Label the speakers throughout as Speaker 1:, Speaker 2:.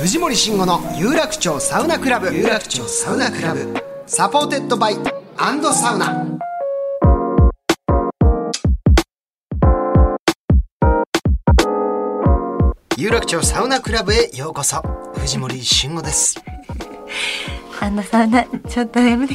Speaker 1: 藤森慎吾の有楽町サウナクラブ有楽町サウナクラブサポーテッドバイアンドサウナ有楽町サウナクラブへようこそ藤森慎吾です
Speaker 2: あのさなちょっとやめて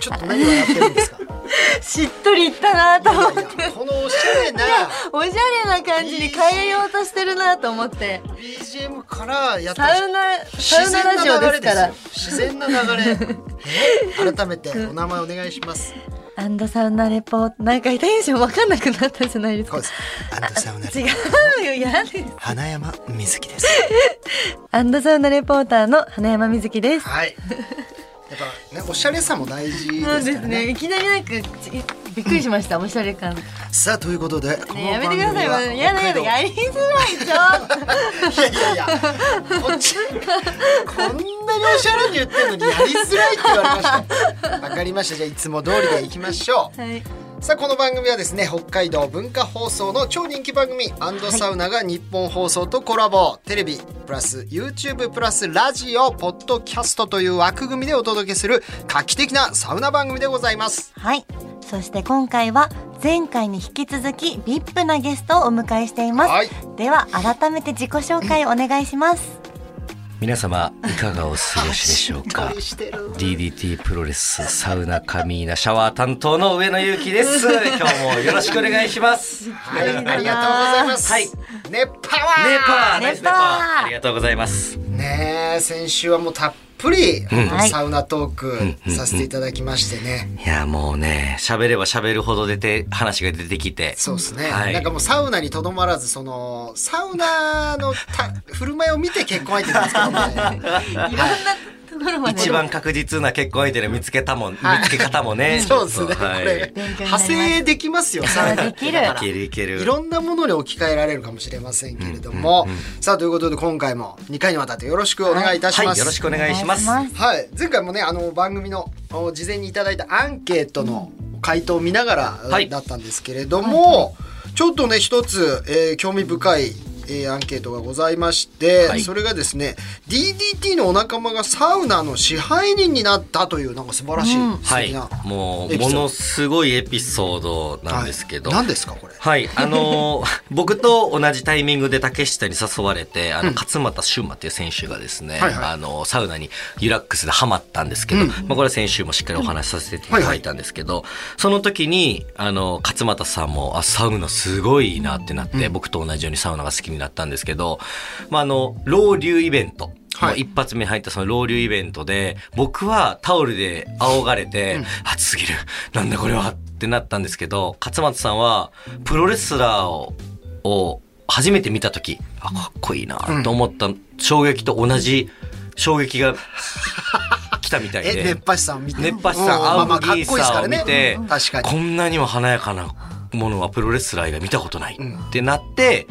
Speaker 1: ちょっと何をやってるん ですかい
Speaker 2: しっとりいったなと思って
Speaker 1: やいやこのおしゃれな
Speaker 2: おしゃれな感じに変えようとしてるなと思って
Speaker 1: BGM からやって
Speaker 2: サウナサウナラジオですから
Speaker 1: 自然な流れですよ自然な流れね改めてお名前お願いし ます
Speaker 2: アンドサウナレポートなんかテンションわかんなくなったじゃないです
Speaker 1: こ
Speaker 2: か
Speaker 1: うですアンドサウナ
Speaker 2: 違うよ嫌です
Speaker 1: 花山瑞希です
Speaker 2: アンドサウナレポーターの花山瑞希です
Speaker 1: はい。やっぱね、おしゃれさも大事ですか
Speaker 2: そ
Speaker 1: ら
Speaker 2: うで
Speaker 1: ね。
Speaker 2: すねいきなりなんかちびっくりしましたおしゃれ感、ね、
Speaker 1: さあ、ということで、この
Speaker 2: やめてください
Speaker 1: 番組
Speaker 2: も
Speaker 1: は
Speaker 2: う嫌だやだやりづらいちょっと
Speaker 1: 北海道いやいやいや、こっち、こんなにおしゃれに言ってんのにやりづらいって言われましたよ。わかりました。じゃあ、いつも通りでいきましょう。
Speaker 2: はい、
Speaker 1: さあこの番組はですね北海道文化放送の超人気番組アンドサウナが日本放送とコラボ、テレビプラス YouTube プラスラジオポッドキャストという枠組みでお届けする画期的なサウナ番組でございます
Speaker 2: はい、そして今回は前回に引き続き VIP なゲストをお迎えしています、
Speaker 1: はい
Speaker 2: では改めて自己紹介お願いし ます
Speaker 3: 皆様いかがお過ごしでしょう か DDT プロレスサウナカミーナシャワー担当の上野ゆう きです今日もよろしくお願いします
Speaker 1: はい、ありがとうございます。
Speaker 3: はい
Speaker 1: 熱パ
Speaker 3: ネパ
Speaker 1: ワー。
Speaker 3: ーナイスネパーありがとうございます
Speaker 1: ねえ、先週はもうたっぷり、
Speaker 2: はい
Speaker 1: サウナトークさせていただきましてね。
Speaker 3: いやもうね喋れば喋るほど出て話が出てきて
Speaker 1: そうですね、
Speaker 3: はい
Speaker 1: なんかもうサウナにとどまらず、そのサウナの た振る舞いを見て結婚相手なんですけどね。
Speaker 2: いろんなところまで
Speaker 3: 一番確実な結婚相手の見つけたもん、見つけ方もね
Speaker 1: そうですね、
Speaker 3: ちょっとは
Speaker 1: こ
Speaker 3: い
Speaker 1: れ
Speaker 2: 勉強になりま
Speaker 1: 派
Speaker 2: す
Speaker 1: 生できますよ、サウナ
Speaker 2: で きる
Speaker 3: いけるいける
Speaker 1: いろんなものに置き換えられるかもしれませんけれども、さあということで今回も2回にわたってよろしくお願いいたします。
Speaker 3: はいよろしくお願いします
Speaker 2: お願いし
Speaker 1: はい、前回もねあの番組のお事前にいただいたアンケートの回答を見ながら、
Speaker 3: はい
Speaker 1: だったんですけれども、ちょっとね一つ、えー興味深い、えーアンケートがございまして、
Speaker 3: はい
Speaker 1: それがですね DDT のお仲間がサウナの支配人になったというなんか素晴らしい、素
Speaker 3: はい
Speaker 1: 敵な、
Speaker 3: も
Speaker 1: エ
Speaker 3: う
Speaker 1: ピソ
Speaker 3: も
Speaker 1: ード
Speaker 3: のすごいエピソードなんですけど、
Speaker 1: はい何ですかこれ
Speaker 3: はい、あの ー僕と同じタイミングで竹下に誘われて、あの、勝俣修馬っていう選手がですね、
Speaker 1: はいはい
Speaker 3: あのーサウナにリラックスでハマったんですけど、まあこれは先週もしっかりお話しさせていただいたんですけど、その時に、あのー勝俣さんも、あ、サウナすごいいいなってなって、僕と同じようにサウナが好きになったんですけど、まあ、あの、老流イベント。
Speaker 1: はい
Speaker 3: の一発目に入ったその老流イベントで、僕はタオルで仰がれて、暑すぎる、なんだこれはってなったんですけど、勝松さんは、プロレスラーを、を初めて見た時あ、かっこいいなと思った、衝撃と同じ衝撃が来たみたい
Speaker 1: え熱
Speaker 3: で、
Speaker 1: 波師さんを見て
Speaker 3: 熱波師さ、
Speaker 1: うんまあま
Speaker 3: 青
Speaker 1: あかっ
Speaker 3: 木
Speaker 1: こいいですか
Speaker 3: さん
Speaker 1: ら
Speaker 3: を
Speaker 1: ね
Speaker 3: 見て
Speaker 1: うん、確かに
Speaker 3: こんなにも華やかなものはプロレスラー以外見たことないってなって、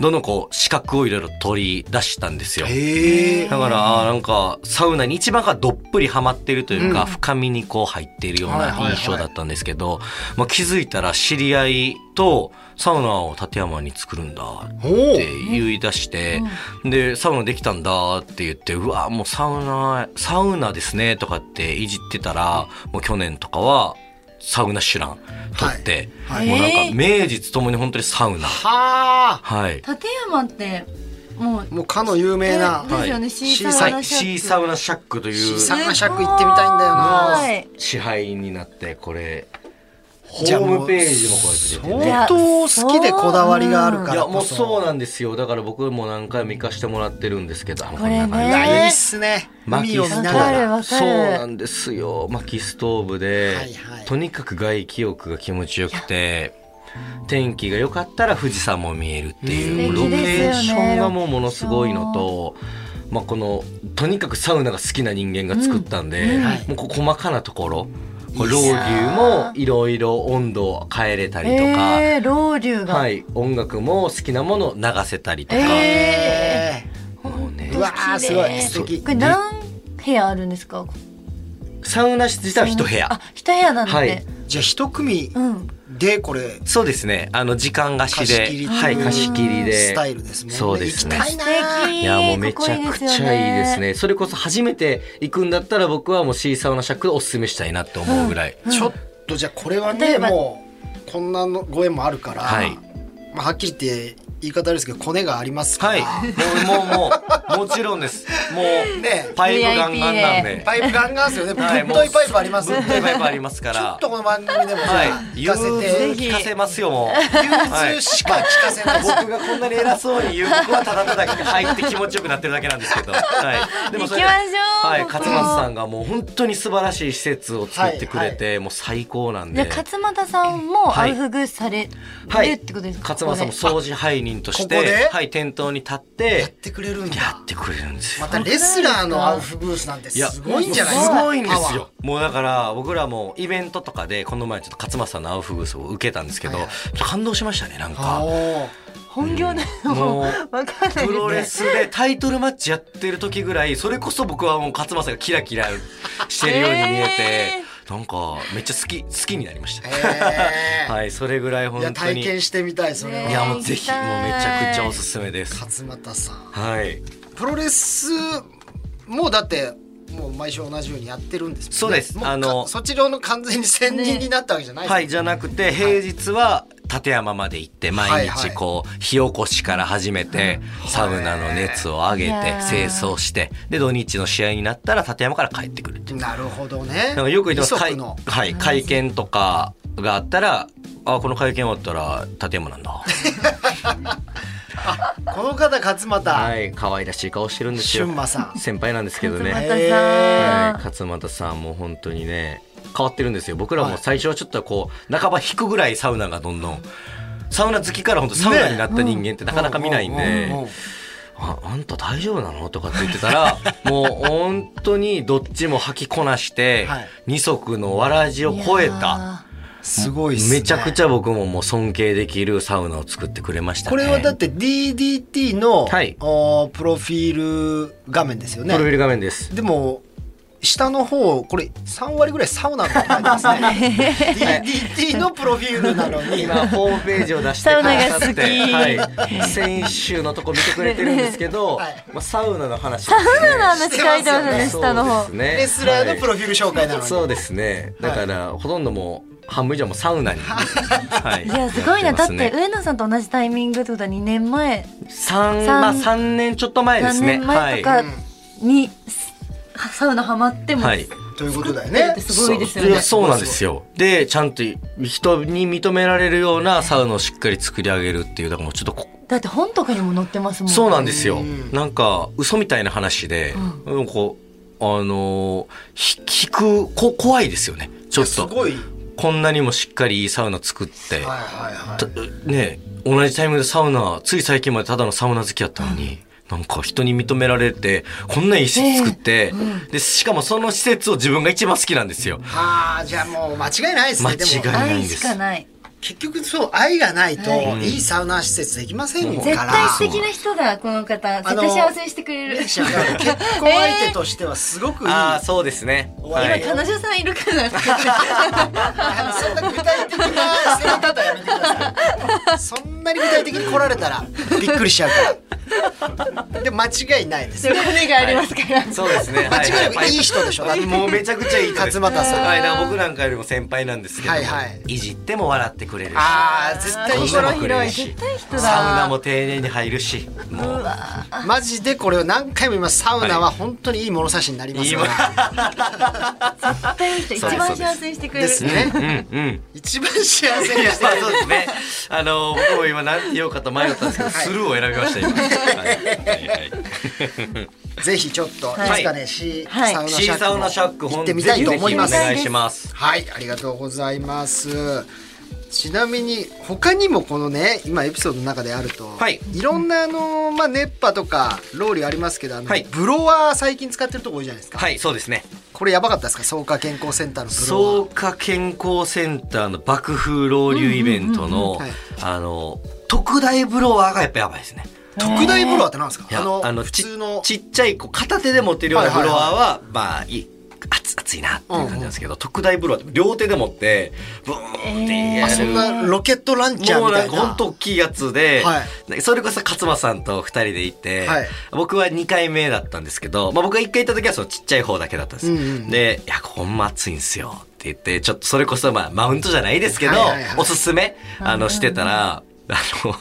Speaker 3: どんどんこう、資格をいろいろ取り出したんですよ。
Speaker 1: へえ
Speaker 3: だからあーなんかサウナに一番がどっぷりハマってるというか、深みにこう入っているよう
Speaker 1: はいは
Speaker 3: ない
Speaker 1: はい
Speaker 3: 印象だったんですけど、まあ、気づいたら知り合いとサウナを立山に作るんだっ
Speaker 1: おお
Speaker 3: て言い出して、でサウナできたんだって言ってうわもうサウナサウナですねとかっていじってたらもう去年とかはサウナシュラン取って、
Speaker 1: はい
Speaker 3: もうなん
Speaker 2: えー
Speaker 3: か名実ともに本当にサウナ。
Speaker 1: はあ
Speaker 3: はい
Speaker 2: 立山ってもう
Speaker 1: もうかの有名な
Speaker 2: ですよね、
Speaker 3: はい
Speaker 2: シ
Speaker 1: シ
Speaker 2: ー
Speaker 1: ー
Speaker 2: サ
Speaker 1: サ
Speaker 2: ウ
Speaker 1: ウ
Speaker 3: は
Speaker 2: ナ
Speaker 3: い、
Speaker 2: シャック
Speaker 3: シーサウナシャックという
Speaker 1: シーサウナシャック行ってみたいんだよな
Speaker 2: はい
Speaker 3: 支配になってこれホームページもこうやって出てね
Speaker 1: 相当好きでこだわりがあるか
Speaker 3: い
Speaker 1: ら
Speaker 3: や
Speaker 1: こ
Speaker 3: もうそう
Speaker 1: う
Speaker 3: なんですよだから僕も何回も行かしてもらってるんですけどこ
Speaker 2: これね
Speaker 1: あ
Speaker 2: えー
Speaker 1: いいっすね
Speaker 3: 薪
Speaker 1: 海を見
Speaker 3: スト
Speaker 1: な
Speaker 3: ー
Speaker 1: がら
Speaker 2: わかるわか
Speaker 3: ブ
Speaker 2: る
Speaker 3: そうなんですよ薪ストーブで、
Speaker 1: はいはい
Speaker 3: とにかく外気浴が気持ちよくて天気が良かったら富士山も見えるっていう
Speaker 1: うん
Speaker 3: もう
Speaker 1: 素敵
Speaker 3: ロケ
Speaker 1: ですよね
Speaker 3: ーションがもうものすごいのと。まあ、このとにかくサウナが好きな人間が作ったんで、
Speaker 1: うん
Speaker 3: もうこう細かなところこう
Speaker 1: い
Speaker 3: ロ
Speaker 1: いっす
Speaker 3: ウリ
Speaker 1: ね
Speaker 3: ュもいろいろ温度を変えれたりとか、
Speaker 2: えー、老流が、
Speaker 3: はい、音楽も好きなものを流せたりとか、
Speaker 2: え
Speaker 1: え
Speaker 3: もうね
Speaker 1: ーうわーすごい
Speaker 2: そ
Speaker 1: 素敵
Speaker 2: ー、これ何部屋あるんですか
Speaker 3: サウナ室自体は一部屋
Speaker 2: あ一部屋なんで、
Speaker 3: はい
Speaker 1: じゃあ一組
Speaker 2: うん
Speaker 1: でこれ
Speaker 3: そうですね。あの時間貸しで、
Speaker 1: 貸し切りっていう
Speaker 3: はい、貸し切りで。
Speaker 1: スタイルですもんね
Speaker 3: そうですね
Speaker 1: 行きたいない
Speaker 3: やもうめちゃくちゃいいですね。それこそ初めて行くんだったら僕はもうシーサーのシャックでおすすめしたいなって思うぐらい。
Speaker 1: ちょっとじゃあこれは
Speaker 2: 例
Speaker 1: ね
Speaker 2: えば
Speaker 1: もうこんなのご縁もあるから、
Speaker 3: はい
Speaker 1: まあ、はっきり言って言い方あれですけどコネがありますから、
Speaker 3: はい。もうもうもうもちろんです。もう
Speaker 1: ね
Speaker 3: パイプガンガンなんで。
Speaker 1: パイプガンガンですよね。ぶ
Speaker 3: はい
Speaker 1: っといパイプありますん
Speaker 3: ぶ
Speaker 1: で。
Speaker 3: っといパイプあ
Speaker 1: ち
Speaker 3: りますから。
Speaker 1: ょっとこの番組でも
Speaker 3: はい
Speaker 1: さ、。聞
Speaker 3: 融
Speaker 1: か
Speaker 3: 通
Speaker 1: せて、
Speaker 3: 聞かせますよもう。
Speaker 1: 融通しか聞かせない。
Speaker 3: 僕がこんなに偉そうに言う僕はただただ入って気持ちよくなってるだけなんですけど、はい、でもそれ
Speaker 2: 行きましょう
Speaker 3: はい、
Speaker 2: ここ
Speaker 3: 勝松さんがもう本当に素晴らしい施設を作ってくれて、もう最高なん
Speaker 2: で
Speaker 3: で
Speaker 2: 勝俣さんもアウフグースされる
Speaker 3: はい
Speaker 2: ってことですか、
Speaker 3: 勝松さんも
Speaker 2: ここ
Speaker 3: 掃除配人とし
Speaker 1: ここで
Speaker 3: てはい、店頭に立って
Speaker 1: やってくれるん
Speaker 3: や
Speaker 1: だ
Speaker 3: っ。てくれるんですよ
Speaker 1: ま。たレスラーのアウフブースなんてすごいんじゃないです
Speaker 3: す
Speaker 1: か。
Speaker 3: ごいんで
Speaker 1: パワ
Speaker 3: す
Speaker 1: ー
Speaker 3: よ。。もうだから僕らもイベントとかでこの前ちょっと勝間さんのアウフグースを受けたんですけど、
Speaker 1: はいはい
Speaker 3: ちょっと感動しましたねなん
Speaker 1: お
Speaker 3: か。
Speaker 1: ー
Speaker 2: で本業な
Speaker 3: も
Speaker 2: の
Speaker 3: う
Speaker 2: わかんない
Speaker 3: プロレ
Speaker 2: です
Speaker 3: スでタイトルマッチやってる時ぐらいそれこそ僕はもう勝間さんがキラキラしてるように見えて、
Speaker 2: え
Speaker 3: なんかめっちゃ好き好きになりました。
Speaker 1: へー
Speaker 3: はいそれぐらい本
Speaker 1: い
Speaker 3: 当
Speaker 1: や体
Speaker 3: に
Speaker 1: 験してみたいそれ
Speaker 2: ね
Speaker 3: い
Speaker 1: は。
Speaker 3: やもうぜひもうめちゃくちゃおすすめです。
Speaker 1: 勝俣さん。
Speaker 3: はい。
Speaker 1: プロレスもだって。もう毎週同じようにやってるんですもんね
Speaker 3: そうです
Speaker 1: もか
Speaker 3: あの
Speaker 1: そちらの完全に専任になったわけじゃないですもんね
Speaker 3: はい、じゃなくて平日は立山まで行って毎
Speaker 1: はいは
Speaker 3: 日
Speaker 1: い
Speaker 3: こう火起こしから始めてサウナの熱を上げ
Speaker 2: い
Speaker 3: て
Speaker 2: やー
Speaker 3: 清掃してで土日の試合になったら立山から帰ってくるっていう
Speaker 1: なるほどね。
Speaker 3: なんかよく言ってます
Speaker 1: 二
Speaker 3: 会
Speaker 1: 足の
Speaker 3: はい、会見とかがあったらあこの会見終わったら立山 なんだ
Speaker 1: この方勝俣、
Speaker 3: はい可愛らしい顔してるんです
Speaker 1: 俊
Speaker 3: よ
Speaker 1: 馬さん。
Speaker 3: 先輩なんですけどね
Speaker 2: 勝
Speaker 3: はい
Speaker 2: 俣
Speaker 1: へ
Speaker 2: さん、
Speaker 3: 勝俣さんも本当にね変わってるんですよ僕らも最初はちょっとこう半ば引くぐらいサウナがどんどんサウナ好きから本当サウナになった人間ってなかなか見ないんで、
Speaker 1: ううう
Speaker 3: ああんた大丈夫なのとかって言ってた らもう本当にどっちも履きこなして、
Speaker 1: はい
Speaker 3: 二足のわらじを超えた
Speaker 1: すごいっすね。
Speaker 3: めちゃくち
Speaker 1: ゃ。
Speaker 3: ゃ僕ももう尊敬できるサウナを作ってくれましたね
Speaker 1: これはだって DDT の、
Speaker 3: はい
Speaker 1: おープロフィール画面ですよ
Speaker 3: プロフィー
Speaker 1: ね。
Speaker 3: ル画面です
Speaker 1: でも下の方これ三割ぐらいサウナのこと書いて ますね。DDT のプロフィールなのに。
Speaker 3: 今ホームページを出して
Speaker 2: サ
Speaker 3: く
Speaker 2: ウナ
Speaker 3: だ
Speaker 2: が
Speaker 3: さ
Speaker 2: 好
Speaker 3: っ
Speaker 2: き
Speaker 3: て、はい、先週のとこ見てくれてるんですけど、
Speaker 1: はい
Speaker 3: まあ、サウナの話
Speaker 2: サウナの話書いてますよ
Speaker 1: し
Speaker 2: ね
Speaker 1: てますよね
Speaker 2: 下の方、
Speaker 3: ね
Speaker 1: レスラーのプロ
Speaker 3: フ
Speaker 1: フィール紹介なのに。
Speaker 3: そうですねだから、ほとんどもう半分以上もうサウナに、はい
Speaker 2: いやすごいな
Speaker 3: って
Speaker 2: だっ
Speaker 3: ます
Speaker 2: て
Speaker 3: ね
Speaker 2: 上野さんと同じタイミングってことは2年前
Speaker 3: 三
Speaker 2: 三
Speaker 3: まあ三年ちょっと前で
Speaker 2: 何
Speaker 3: すね。
Speaker 2: 年前と
Speaker 3: は
Speaker 2: かに、サウナハマって
Speaker 3: い。
Speaker 2: も、
Speaker 3: はい。
Speaker 1: ということだよね
Speaker 2: 作ってるって。すごいですよ
Speaker 3: そう
Speaker 2: ね
Speaker 3: やそうなんですよ。で、ちゃんと人に認められるようなサウナをしっかり作り上げるっていう、だからもうちょっとこ、
Speaker 2: だって本とかにも載ってますもん
Speaker 3: そうなんですよ
Speaker 1: うん。
Speaker 3: なんか、嘘みたいな話で、うん、こう、あのーひ聞く、こ、怖いですよね。ちょっ
Speaker 1: す
Speaker 3: と。
Speaker 1: ごい。
Speaker 3: こんなにもしっかりいいサウナ作って、
Speaker 1: はいはいは
Speaker 3: たね同じタイミングでサウナつい最近までただのサウナ好きやったのに、なんか人に認められてこんないい施設作って、でしかもその施設を自分が一番好きなんですよ
Speaker 1: い。はあじゃあもう間違いないですね。でも
Speaker 3: 間違いない
Speaker 2: 愛
Speaker 3: んで
Speaker 2: し
Speaker 3: す
Speaker 2: かない
Speaker 1: 結局そう愛がないと
Speaker 3: い
Speaker 1: いいサウナ施設できませんよ
Speaker 2: 絶
Speaker 1: から、
Speaker 2: 対素敵な人だこの方絶対幸せにしてくれる
Speaker 1: ミキち ゃんが結婚相 手としてはすごくいい、
Speaker 3: ああそうですね、は
Speaker 1: ー
Speaker 2: 今
Speaker 3: い
Speaker 2: 彼女さんいるかなって
Speaker 1: あのそんな具体的な攻め方やめてくださいそんなに具体的に来られたらびっくりしちゃうからで間違いないです
Speaker 2: そういう骨がありますから、
Speaker 3: そうですね。
Speaker 1: 間違いなくいい人でしょだって
Speaker 3: もうめちゃくちゃいい人です。
Speaker 1: 勝俣さん
Speaker 3: はい、だから僕なんかよりも先輩なんですけども、
Speaker 1: はいはい
Speaker 3: いじっても笑ってくれるし、
Speaker 1: あー絶対いい人
Speaker 2: 心
Speaker 3: 心
Speaker 2: 広
Speaker 3: 広
Speaker 2: い
Speaker 3: い
Speaker 2: 絶
Speaker 3: し
Speaker 2: 対人だ
Speaker 3: サウナも丁寧に入るし、もう
Speaker 1: マジでこれを何回も今サウナは本当にいい物差しになりますから、
Speaker 2: 絶対いい人一
Speaker 3: そうです
Speaker 2: 番幸せにしてくれる
Speaker 1: ですね
Speaker 3: うんうん。
Speaker 1: 一番幸せにして
Speaker 3: まあそうですね。あの僕も今何て言おうかと迷ったんですけど、スルーを選びました今。はいはいはい
Speaker 1: ぜひちょっと、
Speaker 2: はい
Speaker 1: い、つかね、シー
Speaker 2: はい
Speaker 3: シー
Speaker 1: サ
Speaker 3: サ
Speaker 1: ウ
Speaker 3: ウ
Speaker 1: ナ
Speaker 3: ナ
Speaker 1: シ
Speaker 3: シ
Speaker 1: ャ
Speaker 3: ャ
Speaker 1: ッ
Speaker 3: ッ
Speaker 1: ク
Speaker 3: ク
Speaker 1: も行
Speaker 3: 本
Speaker 1: って
Speaker 3: 当
Speaker 1: み
Speaker 3: に
Speaker 1: たい
Speaker 3: ぜ
Speaker 1: と
Speaker 3: ひ
Speaker 1: 思います。
Speaker 3: お願いします。
Speaker 1: はい、ありがとうございます。ちなみに他にもこのね今エピソードの中であると、
Speaker 3: はい
Speaker 1: ろんなあの、まあ、熱波とかロウリュありますけどあの、
Speaker 3: はい
Speaker 1: ブロワー最近使ってるとこ多いじゃないですか、
Speaker 3: はい、そうですね。
Speaker 1: これやばかったですか草加健康センターのブロワ
Speaker 3: 草加健康センターの爆風老流イベントの
Speaker 1: うんうんうんうんはい
Speaker 3: あの特大ブロワーがやっぱやばいですね。
Speaker 1: ー特大ブロワーってなんですか
Speaker 3: いや
Speaker 1: あの
Speaker 3: あの
Speaker 1: 普
Speaker 3: ち
Speaker 1: 通の
Speaker 3: ちっちゃいこう片手で持ってるような
Speaker 1: はいは
Speaker 3: ブ
Speaker 1: い
Speaker 3: ロ
Speaker 1: はい
Speaker 3: ワーは、まあいい熱熱いなっていう感じなんですけど、特大ブロワーって両手で持ってブーンってやる、
Speaker 1: あそんなロケットランチャー
Speaker 3: も
Speaker 1: み
Speaker 3: う
Speaker 1: た
Speaker 3: ないん
Speaker 1: な
Speaker 3: かほんと大きいやつで、
Speaker 1: は
Speaker 3: それこそ勝間さんと二人で行って、
Speaker 1: はい
Speaker 3: 僕は2回目だったんですけど、まあ、僕が1回行った時はそのちっちゃい方だけだったんです、
Speaker 1: うんうん
Speaker 3: で「いやほんま暑いんすよ」って言ってちょっとそれこそまあマウントじゃないですけど、
Speaker 1: はいはいはい
Speaker 3: おすすめあのしてたらあの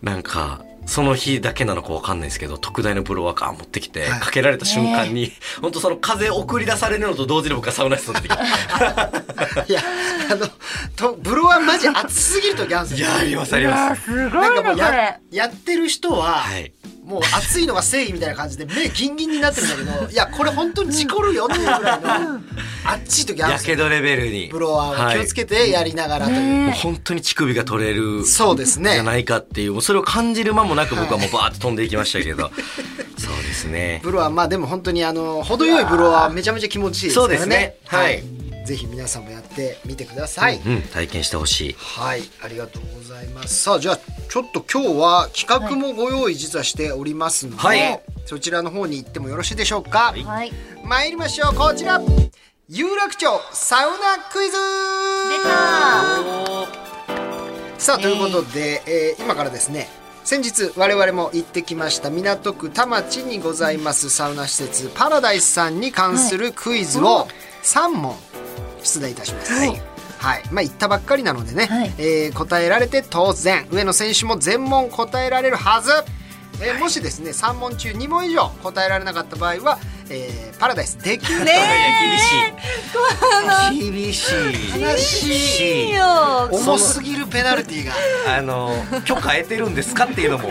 Speaker 3: なんか。その日だけなのかわかんないですけど特大のブロワーカー持ってきて、
Speaker 1: はい
Speaker 3: かけられた瞬間に、本当その風送り出されるのと同時に僕はサウナ室に 出てきて
Speaker 1: いやあのとブロワーマジ熱すぎる時あるんで
Speaker 3: い
Speaker 1: すよ
Speaker 3: やありますあります
Speaker 2: すご
Speaker 1: ないんかも
Speaker 2: ねこ
Speaker 1: うや
Speaker 2: れ
Speaker 1: やってる人は、
Speaker 3: はい
Speaker 1: もう暑いのが正義みたいな感じで目ギンギンになってるんだ けどいやこれ本当に事故るよっていうぐらいの あっちい時あるん
Speaker 3: や
Speaker 1: ですよ
Speaker 3: けどレベルに
Speaker 1: ブロワーを気をつけてやりながらという、
Speaker 3: もう本当に乳首が取れるじ
Speaker 1: そうですね
Speaker 3: ゃないかっていうもうそれを感じる間もなく僕はもうバーッと飛んでいきましたけ どそうですね
Speaker 1: ブロワーまあでも本当にあの程よいブロワーめちゃめちゃ気持ちいいですからね
Speaker 3: そうですねはい
Speaker 1: ぜひ皆さんもやってみてください、
Speaker 3: うん体験してほしい
Speaker 1: はいありがとうございますさあじゃあちょっと今日は企画もご用意実はしておりますので、
Speaker 3: はい
Speaker 1: そちらの方に行ってもよろしいでしょうか、
Speaker 2: はい
Speaker 1: 参りましょうこちら有楽町サウナクイズ
Speaker 2: 出た
Speaker 1: さあということで、えー今からですね先日我々も行ってきました港区田町にございますサウナ施設パラダイスさんに関するクイズを3問出題いたします。はいまあ、行ったばっかりなのでね、
Speaker 2: はい
Speaker 1: えー答えられて当然上野選手も全問答えられるはず、えーもしですね3問中2問以上答えられなかった場合は、えーパラダイスできる
Speaker 3: いや
Speaker 2: ね
Speaker 3: 厳しい厳しい
Speaker 1: 悲
Speaker 2: い
Speaker 3: し
Speaker 2: いよ
Speaker 1: 重すぎるペナルティーが。
Speaker 3: あの許可得てるんですかっていうのも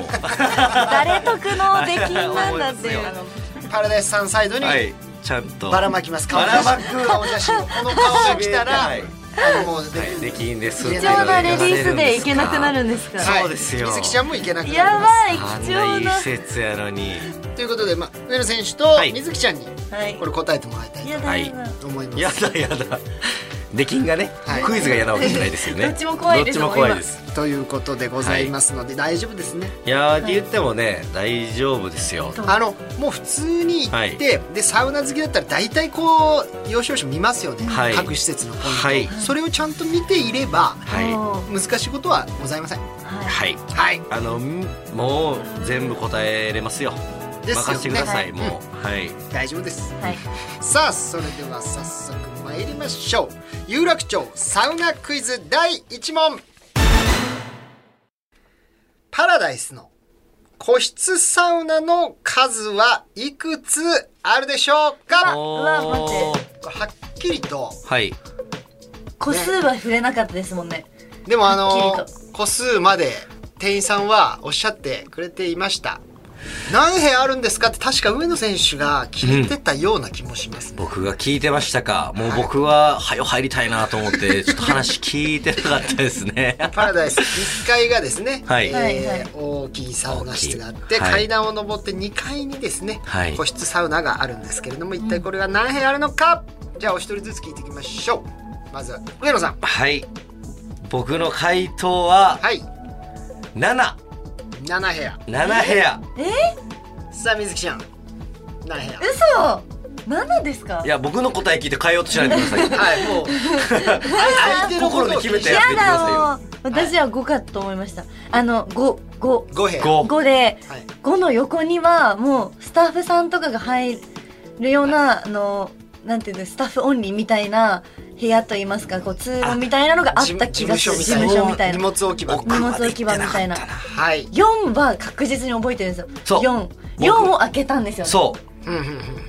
Speaker 2: 誰得の出禁なんだっていう
Speaker 3: 思いま
Speaker 1: パラダイスさんサイドに
Speaker 3: はいちゃんと
Speaker 1: ばらまきます
Speaker 3: ばらま
Speaker 1: 顔写
Speaker 3: く
Speaker 1: 真顔写真をこの顔が来たら、
Speaker 3: はい
Speaker 1: あのもうで
Speaker 3: はいできんです
Speaker 1: 貴
Speaker 2: 貴重なレディースで行けなくなるん
Speaker 3: で
Speaker 2: ですか
Speaker 3: はいそうですよ
Speaker 1: 水木ちゃんもいけなくなり
Speaker 2: や
Speaker 1: ま
Speaker 2: ばい
Speaker 3: あん
Speaker 2: 貴
Speaker 3: な
Speaker 2: 重
Speaker 3: いい
Speaker 2: な
Speaker 3: 施設やのに
Speaker 1: すということで、まあ、上野選手と
Speaker 3: はい
Speaker 1: 水木ちゃんに
Speaker 2: はい
Speaker 1: これ答えてもらいたい
Speaker 2: や
Speaker 1: と
Speaker 2: だやだ
Speaker 1: 思います、
Speaker 3: やだやだ出禁がね、
Speaker 1: はい
Speaker 3: クイズが嫌なわけじゃないですよね
Speaker 2: どっちも怖いです
Speaker 3: どっちも怖いです
Speaker 1: ということでございますので、大丈夫ですね
Speaker 3: いやーって言ってもね、大丈夫ですよ。
Speaker 2: そう
Speaker 1: あのもう普通に行って、でサウナ好きだったら大体こう要所要所見ますよね、
Speaker 3: はい
Speaker 1: 各施設のポイント、
Speaker 3: はい
Speaker 1: それをちゃんと見ていれば
Speaker 3: は
Speaker 2: もう
Speaker 1: 難しいことはございません
Speaker 3: い。
Speaker 2: は
Speaker 3: はい。
Speaker 1: はい
Speaker 3: あの、んもう全部答えれますよ。
Speaker 1: ですよね
Speaker 3: 任せてください、
Speaker 1: うん
Speaker 3: もう。はい。
Speaker 1: 大丈夫です
Speaker 2: いはい
Speaker 1: さあそれでは早速参りましょう有楽町サウナクイズ第1問パラダイスの個室サウナの数はいくつあるでしょうか
Speaker 3: おー
Speaker 2: うわ待
Speaker 1: これはっきりと
Speaker 3: はい。
Speaker 2: 個数は触れなかったですもんね
Speaker 1: でもあ
Speaker 2: は
Speaker 1: の
Speaker 2: っき
Speaker 1: 個数まで店員さんはおっしゃってくれていました何部屋あるんですかって確か上野選手が聞いてたような気もしますね、
Speaker 3: 僕が聞いてましたか。もう僕は、はよ入りたいなと思って、ちょっと話聞いてなかったですね。
Speaker 1: パラダイス1階がですね、
Speaker 3: はい
Speaker 1: えー
Speaker 2: はいはい
Speaker 1: 大きいサウナ室があって、
Speaker 3: 大きいはい
Speaker 1: 階段を上って2階にですね、
Speaker 3: はい
Speaker 1: 個室サウナがあるんですけれども一体これが何部屋あるのか、じゃあお一人ずつ聞いていきましょうまずは上野さん
Speaker 3: はい。僕の回答は、
Speaker 1: はい
Speaker 3: 7、
Speaker 1: 7部屋
Speaker 3: 7部屋。
Speaker 1: さあ水木ちゃん何部屋
Speaker 2: 嘘何なんですか
Speaker 3: いや僕の答え聞いて変えようとしないでください
Speaker 1: はいもう相手のことを
Speaker 3: 心で決めてや
Speaker 2: や
Speaker 3: ってくださいよ
Speaker 2: だもう私は5かと思いました、あの5五
Speaker 1: 五平
Speaker 3: 五
Speaker 2: 五で
Speaker 1: はい
Speaker 2: 5の横にはもうスタッフさんとかが入るようなあのなんていうのスタッフオンリーみたいな部屋といいますかこう通路みたいなのがあった気がする
Speaker 1: 事
Speaker 2: 事
Speaker 1: 務
Speaker 2: 務
Speaker 1: 所
Speaker 2: 所
Speaker 1: み
Speaker 2: み
Speaker 1: た
Speaker 2: た
Speaker 1: い
Speaker 2: い
Speaker 1: な
Speaker 2: な
Speaker 1: 荷物置き場
Speaker 3: 奥
Speaker 2: 荷
Speaker 3: ま
Speaker 2: 物
Speaker 3: で
Speaker 2: 置き場みたいな
Speaker 3: 行ってかっ
Speaker 1: はい
Speaker 2: 4は確実に覚えてるんですよ
Speaker 3: そう
Speaker 2: 4
Speaker 3: 僕
Speaker 2: 4を開けたんですよ
Speaker 3: た
Speaker 2: ね
Speaker 3: そう
Speaker 1: うんうんうん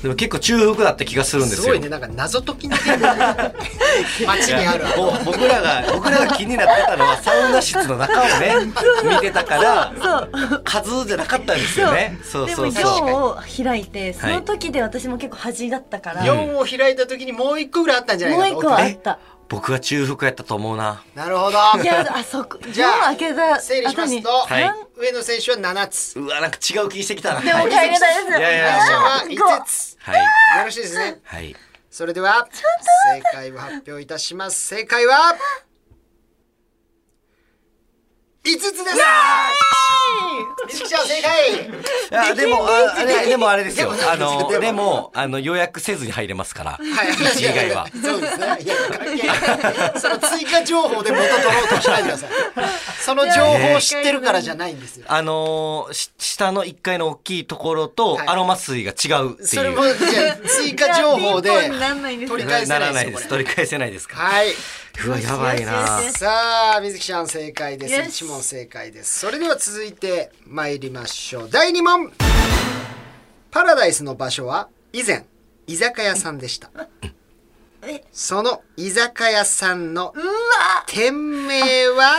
Speaker 3: でも結構中腹だった気がするんですすよ
Speaker 1: ごいねなんか謎解きの ゲームだね街にある
Speaker 3: ぼ僕らが僕らが気になってたのはサウナ室の中をね見てたから数じゃなかったんですよねそう
Speaker 2: で
Speaker 3: そ
Speaker 2: も
Speaker 3: うそう
Speaker 2: 4を開いてその時で私も結構端だったから、
Speaker 3: はい
Speaker 1: 4を開いた時にもう一個ぐらいあったんじゃない
Speaker 2: もう
Speaker 1: かな
Speaker 2: 一個はあ
Speaker 1: 奥
Speaker 2: った
Speaker 3: 僕は中腹やったと思うな
Speaker 1: になるほど
Speaker 2: いやあそこ
Speaker 1: じゃあ
Speaker 2: 4を開けた
Speaker 1: 整理しますと、
Speaker 3: はい
Speaker 2: なん
Speaker 1: 上野選手は7つ
Speaker 3: うわなんか違う気してきたな
Speaker 2: でも帰
Speaker 3: はい
Speaker 2: れないです
Speaker 3: いやいや
Speaker 1: 私は
Speaker 2: あー
Speaker 1: 5つ
Speaker 3: はい
Speaker 1: よろしいですね
Speaker 3: はい
Speaker 1: それでは正解を発表いたします正解は5つですみずきちゃん正解
Speaker 3: いやでもああれでもあれですよ
Speaker 1: でも
Speaker 3: あの
Speaker 1: でも
Speaker 3: でもあの予約せずに入れますから
Speaker 1: はい、
Speaker 3: 一以外は
Speaker 1: そうですね。いや、関係ない。その追加情報で元取ろうとしないでください。その情報を知ってるからじゃないんですよ。
Speaker 3: あのーし下の1階の大きいところと
Speaker 1: はい
Speaker 3: アロマ水が違うっていう
Speaker 1: それも、じゃあ追加情報で
Speaker 2: いやピンポンになんないんですよ
Speaker 1: 取り返せ
Speaker 3: な
Speaker 1: な
Speaker 3: ら
Speaker 1: い
Speaker 3: な
Speaker 1: です
Speaker 3: いで
Speaker 1: よ、
Speaker 3: す
Speaker 1: これ。
Speaker 3: 取り返せないですか
Speaker 1: はい。
Speaker 3: うわやばい
Speaker 2: よしよし
Speaker 3: な
Speaker 2: よし
Speaker 1: さあ、水木ちゃん正解です。
Speaker 2: よし
Speaker 1: 1問正解です。それでは続いて参りましょう。第2問。パラダイスの場所は以前、居酒屋さんでした
Speaker 2: え。
Speaker 1: その居酒屋さんの店名は
Speaker 2: うわ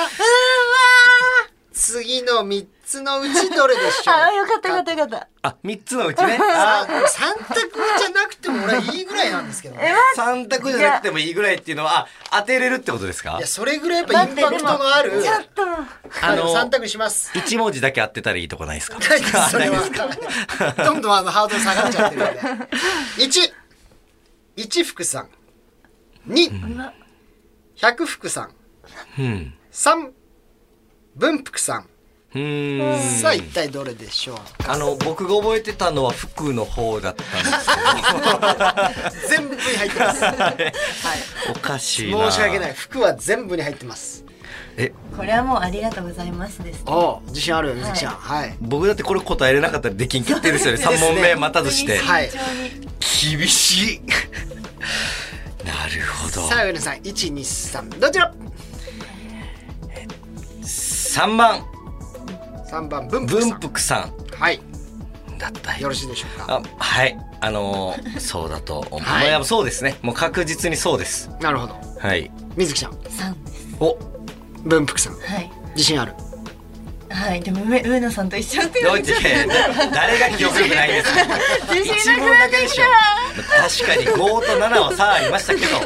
Speaker 1: 次の三つのうちどれでし
Speaker 2: ー
Speaker 1: ょう
Speaker 2: あーよかったよかったよかった
Speaker 3: あ3つのうち ね
Speaker 1: あ
Speaker 3: あ
Speaker 1: ーこれ三択じゃなくても俺はいいぐらいなんですけどね
Speaker 3: 3択じゃなくてもいいぐらいっていうのはあ当てれるってことですか
Speaker 1: いやそれぐらいやっぱインパクトのある
Speaker 2: ちょっと
Speaker 3: あの
Speaker 1: 三択にします
Speaker 3: 一文字だけ当てたらいいとこないですか
Speaker 1: ないですそれはどんどんあのハードル下がっちゃってるんで一一福さん二
Speaker 2: わ
Speaker 1: 百福さん
Speaker 3: うん
Speaker 1: 三文福さん
Speaker 3: うーん
Speaker 1: さあ一体どれでしょうか
Speaker 3: あの僕が覚えてたのは服の方だったんです
Speaker 1: 全部に入ってますはい
Speaker 3: けどおかしいな
Speaker 1: 申し訳ない服は全部に入ってます
Speaker 3: え
Speaker 2: これはもうありがとうございますです
Speaker 1: お自信あるよ水木ちゃんはい
Speaker 3: 僕だってこれ答えれなかったらできん決定です よね3問目待たずして、
Speaker 1: はい
Speaker 2: 慎重に
Speaker 3: 厳しい なるほど
Speaker 1: さあ上野さん一二三どちら
Speaker 3: 3番
Speaker 1: 三番文福
Speaker 3: 文
Speaker 1: さん
Speaker 3: 福さ
Speaker 1: はい
Speaker 3: んだった
Speaker 1: よろしいでしょうか
Speaker 3: あはいあのーそうだと思う、
Speaker 1: はい
Speaker 3: まあそうですねもう確実にそうです
Speaker 1: なるほど
Speaker 3: はい
Speaker 1: 水木ちゃん
Speaker 2: 3です
Speaker 3: お
Speaker 1: 文福さん
Speaker 2: はい
Speaker 1: 自信ある
Speaker 2: はいでも上上野さんと一緒って言
Speaker 3: ど
Speaker 2: わ
Speaker 3: う
Speaker 2: れちゃっ
Speaker 3: して誰が記憶力ないんですか
Speaker 2: た自
Speaker 3: 一
Speaker 2: 信なく
Speaker 3: 問
Speaker 2: な
Speaker 3: だ
Speaker 2: っ
Speaker 3: け
Speaker 2: て
Speaker 3: で
Speaker 2: き
Speaker 3: したょ確かに5と7はさありましたけど
Speaker 1: わ
Speaker 3: わ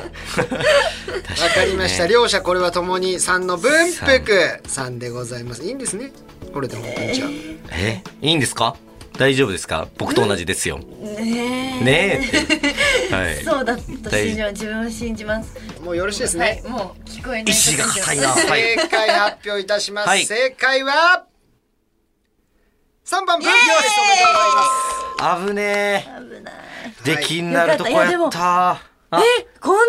Speaker 1: かりました、両者これはともに三の文福さんでございますいいんですねこれで本当にじゃあ
Speaker 3: えいいんですか大丈夫ですか僕と同じですよ、
Speaker 2: ねえ
Speaker 3: ねえってはい
Speaker 2: そうだと信じます自分を信じます
Speaker 1: もうよろしいです
Speaker 2: は
Speaker 1: ね
Speaker 2: い、もう聞こえない
Speaker 3: 石が硬いなはい
Speaker 1: 正解発表いたします、
Speaker 3: はい
Speaker 1: 正解は三番文福さんですおめでとうございます
Speaker 3: 危ねえ
Speaker 2: 危ない
Speaker 3: で
Speaker 1: はい
Speaker 3: 気になるとこや
Speaker 2: よか
Speaker 3: っ
Speaker 2: った
Speaker 3: たあ
Speaker 2: えこんな感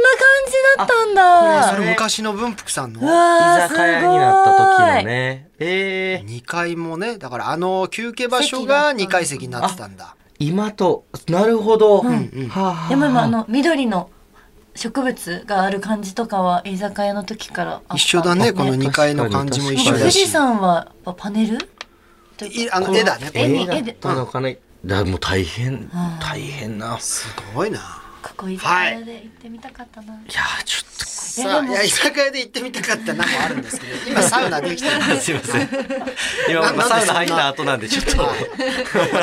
Speaker 2: じだったん
Speaker 1: これは
Speaker 2: だ
Speaker 1: それ昔の文福さんの
Speaker 2: うわー
Speaker 3: 居酒屋になった時
Speaker 2: す
Speaker 3: の
Speaker 2: ごい
Speaker 3: ねえー、
Speaker 1: 2階もねだからあの休憩場所が2階席になってたんだ
Speaker 3: 今となるほど、
Speaker 1: うん
Speaker 3: はあはあ
Speaker 2: でも今あの緑の植物がある感じとかは居酒屋の時からあった
Speaker 1: 一緒だねこの2階の
Speaker 3: 確か
Speaker 1: 感
Speaker 3: に
Speaker 1: じも一緒
Speaker 2: なん
Speaker 1: だ
Speaker 2: か富
Speaker 1: し
Speaker 2: 士山はやっぱパネルと
Speaker 1: いあの絵だね
Speaker 2: 絵に
Speaker 3: 絵だ
Speaker 2: 絵
Speaker 3: っ
Speaker 2: で
Speaker 3: たのかな、だもう大変大変な、い
Speaker 1: すごいな
Speaker 2: かっこいい居酒屋で行ってみたかったな、
Speaker 3: やーちょっと
Speaker 1: さあいや居酒屋で行ってみたかったなもあるんですけど今サウナできてる
Speaker 3: すいません。今
Speaker 1: ななんで
Speaker 3: サウナ入っ
Speaker 1: そんな
Speaker 3: た後なんでちょっと。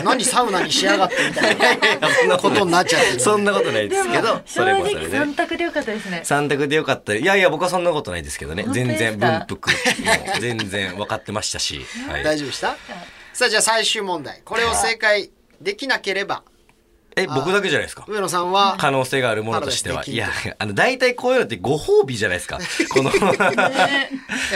Speaker 1: 何サウナにしやがってみたいなことになっちゃってる
Speaker 3: そんなことないですけど、それもそ
Speaker 2: 正
Speaker 3: れ
Speaker 2: 直
Speaker 3: で
Speaker 2: 三。択でよかったですね
Speaker 3: 三択でよかった。いやいや僕はそんなことないですけどね。
Speaker 2: 本当で
Speaker 3: 全
Speaker 2: すか
Speaker 3: 然文福も全然分かってましたし。はい。
Speaker 1: 大丈夫でしたさあじゃあ最終問題これを正解できなければ
Speaker 3: え僕だけじゃないですか
Speaker 1: 上野さんは
Speaker 3: 可能性があるものとして
Speaker 1: パラ
Speaker 3: は
Speaker 1: ダイス
Speaker 3: いやあの大体こういうのってご褒美じゃないですかこ の
Speaker 1: や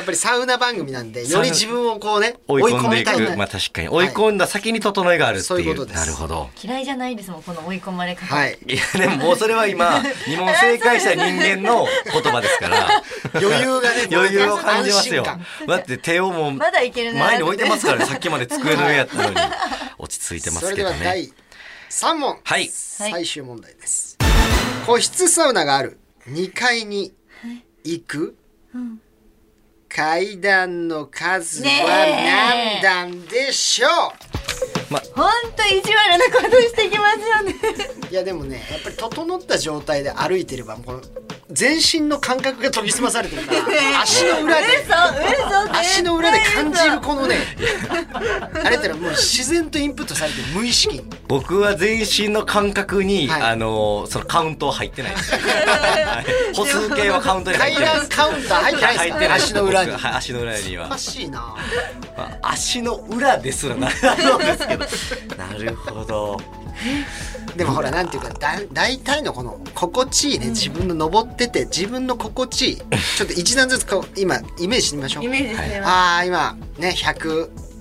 Speaker 1: っぱりサウナ番組なんで
Speaker 3: サウ
Speaker 1: よ
Speaker 3: ナ
Speaker 1: り自分をこうね
Speaker 3: 追い込んでいく
Speaker 1: 追い込みたい
Speaker 3: まあ確かに追い込んだ先に整えがあるって
Speaker 1: そうい
Speaker 3: いうう,、
Speaker 1: ことです
Speaker 3: なるほど
Speaker 2: 嫌いじゃないですもんこの追い込まれ方、
Speaker 1: はい
Speaker 3: いやでももうそれ は今二問正解した人間の言葉です から
Speaker 1: 余裕がね
Speaker 3: 余裕を感じますよ
Speaker 1: 安心
Speaker 3: だって手をもう
Speaker 2: まだいけるな
Speaker 3: 前に置いてますから ねさっきまで机の上やったのに落ち着いて
Speaker 1: 感
Speaker 3: ます
Speaker 1: それ
Speaker 3: け
Speaker 1: で
Speaker 3: ど
Speaker 1: は
Speaker 3: ね
Speaker 1: 第三問
Speaker 3: はい
Speaker 1: 最終問題です個室サウナがある2階に行く
Speaker 2: うん
Speaker 1: 階段の数は何段でしょ
Speaker 2: ほんと意地悪なことしてきますよね
Speaker 1: ういやでもねやっぱり整った状態で歩いてればもう全身の感覚が研ぎ澄まされてるから 足の裏で
Speaker 2: 嘘嘘
Speaker 1: 足の裏で感じる
Speaker 2: 絶対嘘
Speaker 1: このねあれってのはもう自然とインプットされてる無意識 に
Speaker 3: 僕は全身の感覚に、
Speaker 1: はい
Speaker 3: あのそのカウントは入ってな いですはい歩数計はカウントに入
Speaker 1: 階
Speaker 3: ってない
Speaker 1: 段カウンター入ってないですか足の裏に
Speaker 3: 僕はい足の裏に
Speaker 1: お
Speaker 3: は
Speaker 1: かしいな
Speaker 3: まあ足の裏ですらな るんですけどなるほど
Speaker 1: でもほらなんていうかだ大体のこの心地いいね自分の登ってて自分の心地い いちょっと一段ずつこう今イメージしてみましょう
Speaker 2: イメージですね、
Speaker 1: あー今ね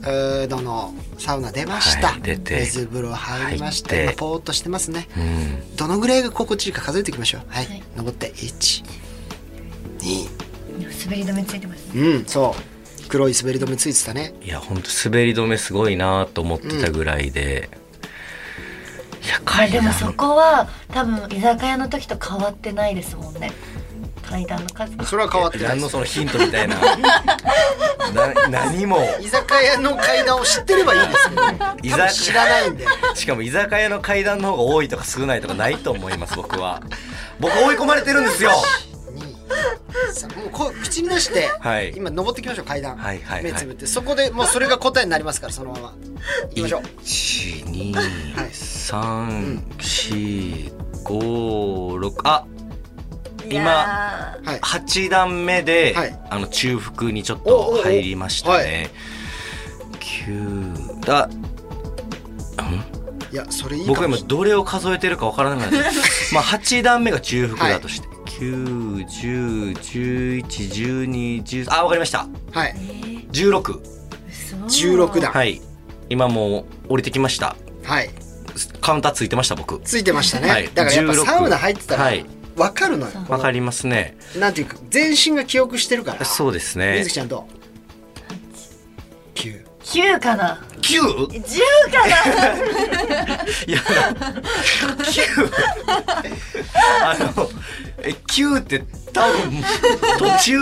Speaker 1: 100度のサウナ出ました、
Speaker 3: はい出て
Speaker 1: 水風呂入りました
Speaker 3: 入って
Speaker 1: 今ポーっとしてますね
Speaker 3: うん
Speaker 1: どのぐらいが心地いいか数えていきましょうはい、
Speaker 2: はい
Speaker 1: 登って1 2
Speaker 2: 滑り止めついてます
Speaker 1: うんそう黒い滑り止めついてたね
Speaker 3: いや本当滑り止めすごいなと思ってたぐらいで、いや
Speaker 2: あ
Speaker 3: 階
Speaker 2: で
Speaker 3: 段
Speaker 2: もそこは多分居酒屋の時と変わってないですもんね階段の数
Speaker 1: それは変わってない
Speaker 3: 何のそのヒントみ たいなな何も
Speaker 1: 居酒屋の階段を知ってればいいですけど
Speaker 3: 居
Speaker 1: 多分知らないんで
Speaker 3: しかも居酒屋の階段の方が多いとか少ないとかないと思います僕は僕追い込まれてるんですよ
Speaker 1: さもうこう口に出して、
Speaker 3: はい
Speaker 1: 今登ってきましょう階段、
Speaker 3: はいはいは
Speaker 1: 目
Speaker 3: い
Speaker 1: つぶってそこでもうそれが答えになりますからそのままいきましょう
Speaker 3: 1
Speaker 1: はい
Speaker 3: 2 3 4 5 6あ
Speaker 2: い
Speaker 3: 今
Speaker 2: やー
Speaker 1: はい
Speaker 3: 8段目で、
Speaker 1: はい
Speaker 3: あの中腹にちょっ
Speaker 1: おうおうお
Speaker 3: と
Speaker 1: う
Speaker 3: 入りましたね。9だ
Speaker 1: いやそれいいかも
Speaker 3: 僕は今
Speaker 1: しれない
Speaker 3: どれを数えてるかわからなくなって まあ8段目が中腹だとして、9、10、11、12、10あわかりました
Speaker 1: はい
Speaker 2: えー
Speaker 3: 16
Speaker 2: 嘘
Speaker 1: 16段
Speaker 3: はい今もう降りてきました
Speaker 1: はい
Speaker 3: カウンターついてました僕
Speaker 1: ついてましたね、
Speaker 3: はい
Speaker 1: だからやっぱ
Speaker 3: 16
Speaker 1: サウナ入ってたら
Speaker 3: はい
Speaker 1: わかるのよ、
Speaker 2: そう
Speaker 3: わかりますね
Speaker 1: なんていうか全身が記憶してるから
Speaker 3: そうで
Speaker 1: 水
Speaker 3: すね
Speaker 1: 木ちゃんどう九
Speaker 2: 9かな
Speaker 3: 9?
Speaker 2: 10かな
Speaker 3: いや、9 あの、え、9って多分、途中、
Speaker 2: えそれ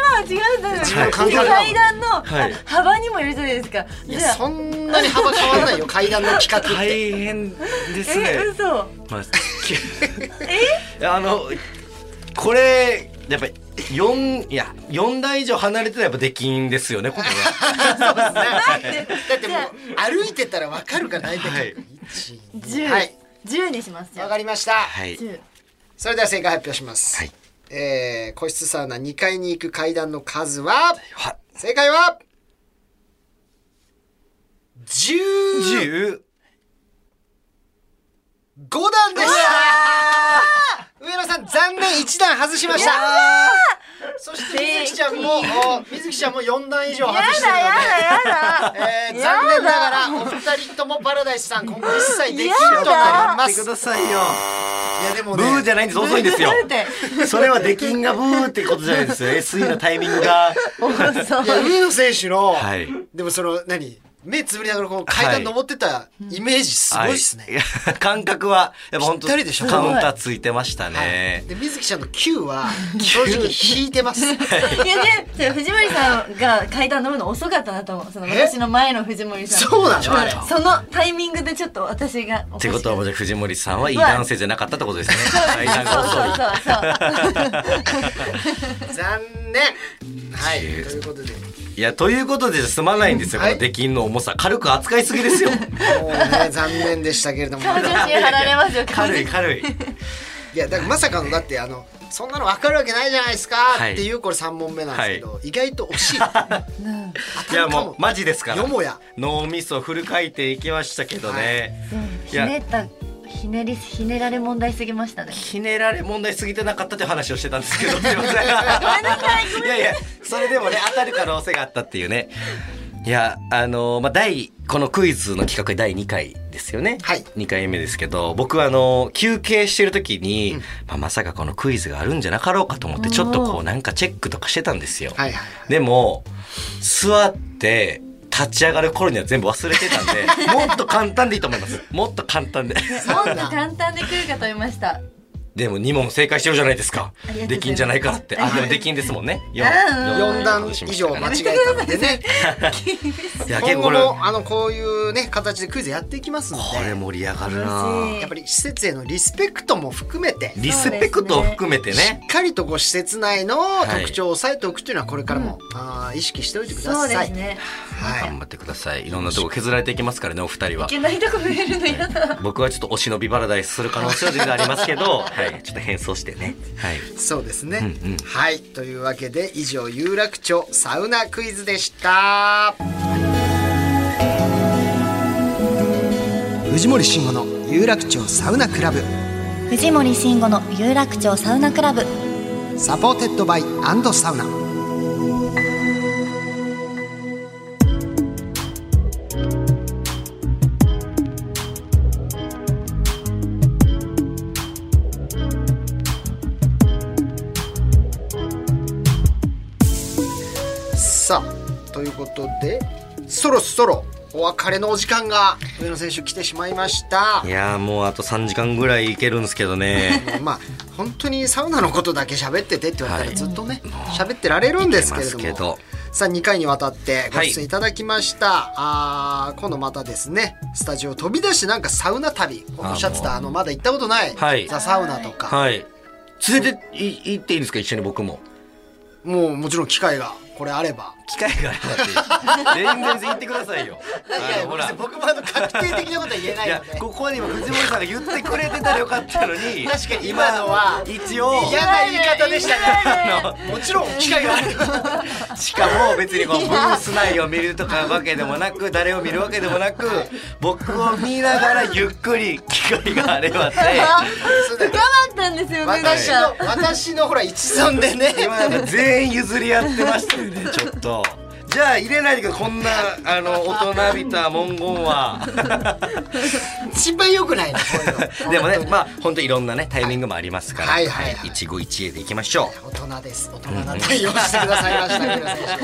Speaker 2: は違うと思う
Speaker 1: 分の感覚だもん
Speaker 2: 階段の、
Speaker 3: はい
Speaker 2: 幅にもよるじゃないですか
Speaker 1: い
Speaker 2: じ
Speaker 1: や
Speaker 2: ゃあ
Speaker 1: そんなに幅変わらないよ階段の企画っ
Speaker 3: 大
Speaker 1: て
Speaker 3: 変ですね
Speaker 2: え。嘘
Speaker 3: まあ、え あの、これ、やっぱり、4いや4台以上離れてたらやっぱできんですよねここ が
Speaker 1: だってもう歩いてたらわかるから大体、
Speaker 3: はい
Speaker 1: 一
Speaker 2: 10、
Speaker 1: はい
Speaker 2: 10にしますじゃ
Speaker 1: わ
Speaker 2: あ
Speaker 1: かりました、
Speaker 3: はい
Speaker 2: 10
Speaker 1: それでは正解発表します、
Speaker 3: はい
Speaker 1: えー個室サウナ2階に行く階段の数は
Speaker 3: は
Speaker 1: 正解は15
Speaker 3: 10
Speaker 1: 段でした上野さん残念1段外しましたそして水木ちゃんもお水木ちゃんも4段以上外してるので
Speaker 2: やだやだやだ
Speaker 1: えー残念ながらお二人ともパラダイスさん今後一切できるとなりま
Speaker 3: 待っ
Speaker 1: す
Speaker 3: てく
Speaker 1: い
Speaker 3: ださいよ
Speaker 1: やでも
Speaker 3: ブーじ
Speaker 1: ね
Speaker 3: ゃないんです遅いんですよ
Speaker 2: ブーって
Speaker 3: それはできんがブーってことじゃな いですよ SE のタイミングが
Speaker 1: いや上野選手の、
Speaker 3: はい
Speaker 1: でもその何目つぶりながらこの階段登ってたイメージすごいですね、
Speaker 3: はい や感覚はやっぱ本
Speaker 1: ぴ
Speaker 3: 当
Speaker 1: ったりでしょ
Speaker 3: カウンターついてました
Speaker 1: はい
Speaker 3: ね。
Speaker 1: で水木ちゃんの Q は正直引いてます。
Speaker 2: いやで藤森さんが階段乗るの遅かったなと思うその
Speaker 1: え
Speaker 2: 私の前の藤森さん
Speaker 1: そうなのあれ
Speaker 2: そのタイミングでちょっと私がおか
Speaker 3: っ
Speaker 2: してく
Speaker 3: こ
Speaker 2: な
Speaker 3: とはもうじゃあ藤森さんはいい男性じゃなかったってことですね。階段が遅い
Speaker 2: そうそうそうそう
Speaker 1: 残念。はい。と
Speaker 3: 十
Speaker 1: いうことで、
Speaker 3: いやということで済まないんですよ、
Speaker 1: はい
Speaker 3: この出禁の重さ軽く扱いすぎ ですよ
Speaker 1: もうね残念でしたけれども、
Speaker 2: 顔上心やられますよ
Speaker 3: 軽い軽い
Speaker 1: いやだからまさかのだってあのそんなの分かるわけないじゃないですか、
Speaker 3: はい
Speaker 1: っていうこれ3問目なんですけど、意外と惜 しい当
Speaker 2: うん
Speaker 3: い
Speaker 1: た
Speaker 3: や
Speaker 1: るか
Speaker 3: も
Speaker 1: も
Speaker 3: うマジですから
Speaker 1: よもや
Speaker 3: 脳みそフル回転いきましたけどね、
Speaker 2: ひねったひねりひねられ問題すぎましたね。
Speaker 3: ひねられ問題すぎてなかったという話をしてたんですけどすいません いやいやそれでもね当たる可能性があったっていうねいやあのまあ第このクイズの企画第2回ですよね、
Speaker 1: はい
Speaker 3: 2回目ですけど僕はあの休憩してる時に、まあ、まさかこのクイズがあるんじゃなかろうかと思ってちょっとこうなんかチェックとかしてたんですよ、
Speaker 1: はいはい
Speaker 3: でも座って立ち上がる頃には全部忘れてたんでもっと簡単でいいと思いますもっと簡単で
Speaker 2: もっと簡単で来るかと思いました。
Speaker 3: でも2問正解してるじゃないですか
Speaker 2: ありがとうございます
Speaker 3: できんじゃないからってあでもできんですもんね4
Speaker 2: あー
Speaker 1: 4段以上間違えたのでね
Speaker 3: いや結
Speaker 1: 今
Speaker 3: 構こ
Speaker 1: 後
Speaker 3: れ
Speaker 1: もあのこういうね形でクイズやっていきますので
Speaker 3: これ盛り上がる
Speaker 2: 楽し
Speaker 3: ない
Speaker 1: やっぱり施設へのリスペクトも含めて
Speaker 3: リスペクトを含めて
Speaker 1: し
Speaker 3: ね
Speaker 1: っかりとこう施設内の
Speaker 3: い
Speaker 1: 特徴を抑えておくというのはこれからも、あー意識しておいてくださ
Speaker 2: そう
Speaker 1: い。
Speaker 2: ですね。
Speaker 1: はい
Speaker 3: 頑張ってくださいいろんなとこ削られていきますからねお二人はい
Speaker 2: けないとこ増えるの嫌だ。
Speaker 3: 僕はちょっとお忍びパラダイスする可能性は全然ありますけど、 はい、ちょっと変装してねはい
Speaker 1: そうですね、
Speaker 3: うんうん
Speaker 1: はいというわけで以上有楽町サウナクイズでした藤森慎吾の有楽町サウナクラブ
Speaker 2: 藤森慎吾の有楽町サウナクラブ。
Speaker 1: サポーテッドバイサウナさあということでそろそろお別れのお時間が上野選手来てしまいました
Speaker 3: い。やーもうあと3時間ぐらいいけるんですけど ね
Speaker 1: まあ本当にサウナのことだけ喋っててって言われた
Speaker 3: は
Speaker 1: ら
Speaker 3: い
Speaker 1: ずっとね喋、ってられるんですけれども
Speaker 3: いけますけど
Speaker 1: さあ2回にわたってご出演いただきました、あー今度またですねスタジオを飛び出してなんかサウナ旅おっしゃってたあのまだ行ったことない、
Speaker 3: はい
Speaker 1: ザ・サウナとか、
Speaker 3: はい連れてい行っていいんですか一緒に僕も
Speaker 1: もうもちろん機会がこれあれば。
Speaker 3: 機会があればって全然言ってくださ いよあのほら
Speaker 1: 僕もあの確定的なことは言えない
Speaker 3: やここにも藤森さんが言ってくれてたらよかったのに
Speaker 1: 確かに今のは
Speaker 3: 一応
Speaker 1: 嫌な言い方で したね
Speaker 3: あの
Speaker 1: もちろん機会があれば
Speaker 3: しかも別にこうブース内を見るとかわけでもなく誰を見るわけでもなく僕を見ながらゆっくり機会があればって
Speaker 2: 深まったんですよね。なん
Speaker 1: 私の
Speaker 2: か。
Speaker 1: 私のほら一存でね
Speaker 3: 今なんか全員譲り合ってましたよねちょっと。じゃあ入れないでくださいこんなあの大人びた文言は
Speaker 1: 一番良くないねこういうの
Speaker 3: でもねまあ本当にいろんなねタイミングもありますから、
Speaker 1: はいはいはいはい
Speaker 3: 一期一会でいきましょう
Speaker 1: 大人です大人な対応してくださいました皆さん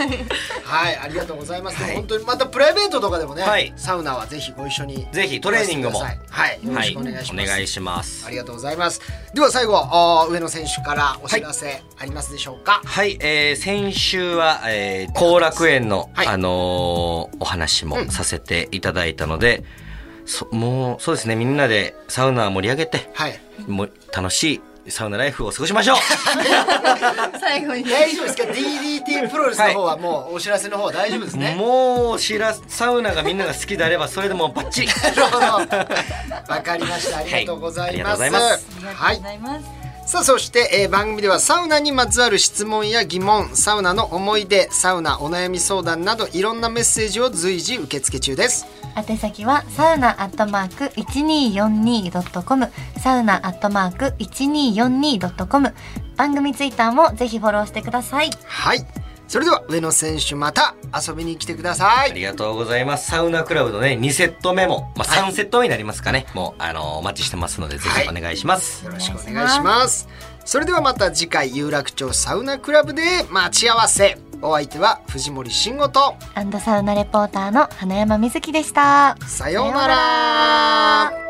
Speaker 1: はいありがとうございます、でも本当にまたプライベートとかでもね、
Speaker 3: はい
Speaker 1: サウナはぜひご一緒に
Speaker 3: ぜひトレーニングも
Speaker 1: はいよろ
Speaker 3: は
Speaker 1: し
Speaker 3: い
Speaker 1: くお願いします、
Speaker 3: お願いします
Speaker 1: ありがとうございますでは最後あー上野選手からお知らせありますでしょうか、
Speaker 3: はい、えー先週は、えー後楽園の、
Speaker 1: はい
Speaker 3: あのーお話もさせていただいたので、そもう、そうですね、みんなでサウナを盛り上げて、
Speaker 1: はい、
Speaker 3: もう楽しいサウナライフを過ごしましょう
Speaker 2: 最後に。
Speaker 1: 大丈夫ですか DDT プロレスの方はもうお知らせの方は大丈 夫ですね、
Speaker 3: もう知ら、サウナがみんなが好きであれば、それでもうバ ッチリ
Speaker 1: なるほど わかりましたありがとうございます、
Speaker 3: はいありがとうございます
Speaker 2: あ
Speaker 1: は
Speaker 2: りがとう
Speaker 1: い
Speaker 2: ございます。
Speaker 1: さあそして、えー番組ではサウナにまつわる質問や疑問サウナの思い出サウナお悩み相談などいろんなメッセージを随時受付中です
Speaker 2: 宛先はサウナアットマーク一二四二ドットコム、サウナアットマーク一二四二ドットコム。番組ツイッターもぜひフォローしてください。
Speaker 1: はいそれでは上野選手また遊びに来てくださ
Speaker 3: あ
Speaker 1: い
Speaker 3: りがとうございます。サウナクラブのね、2セット目も、まあ、3セット目になりますかね。もう、あのーお待ちしてますので、ぜひお願いします。
Speaker 1: よろしくお願
Speaker 2: お願
Speaker 1: い
Speaker 2: い
Speaker 1: し
Speaker 2: し
Speaker 1: ますそれではまた次回有楽町サウナクラブで待ち合わせお相手は藤森慎吾と
Speaker 2: アンドサウナレポーターの花山瑞希でした。
Speaker 1: さようなら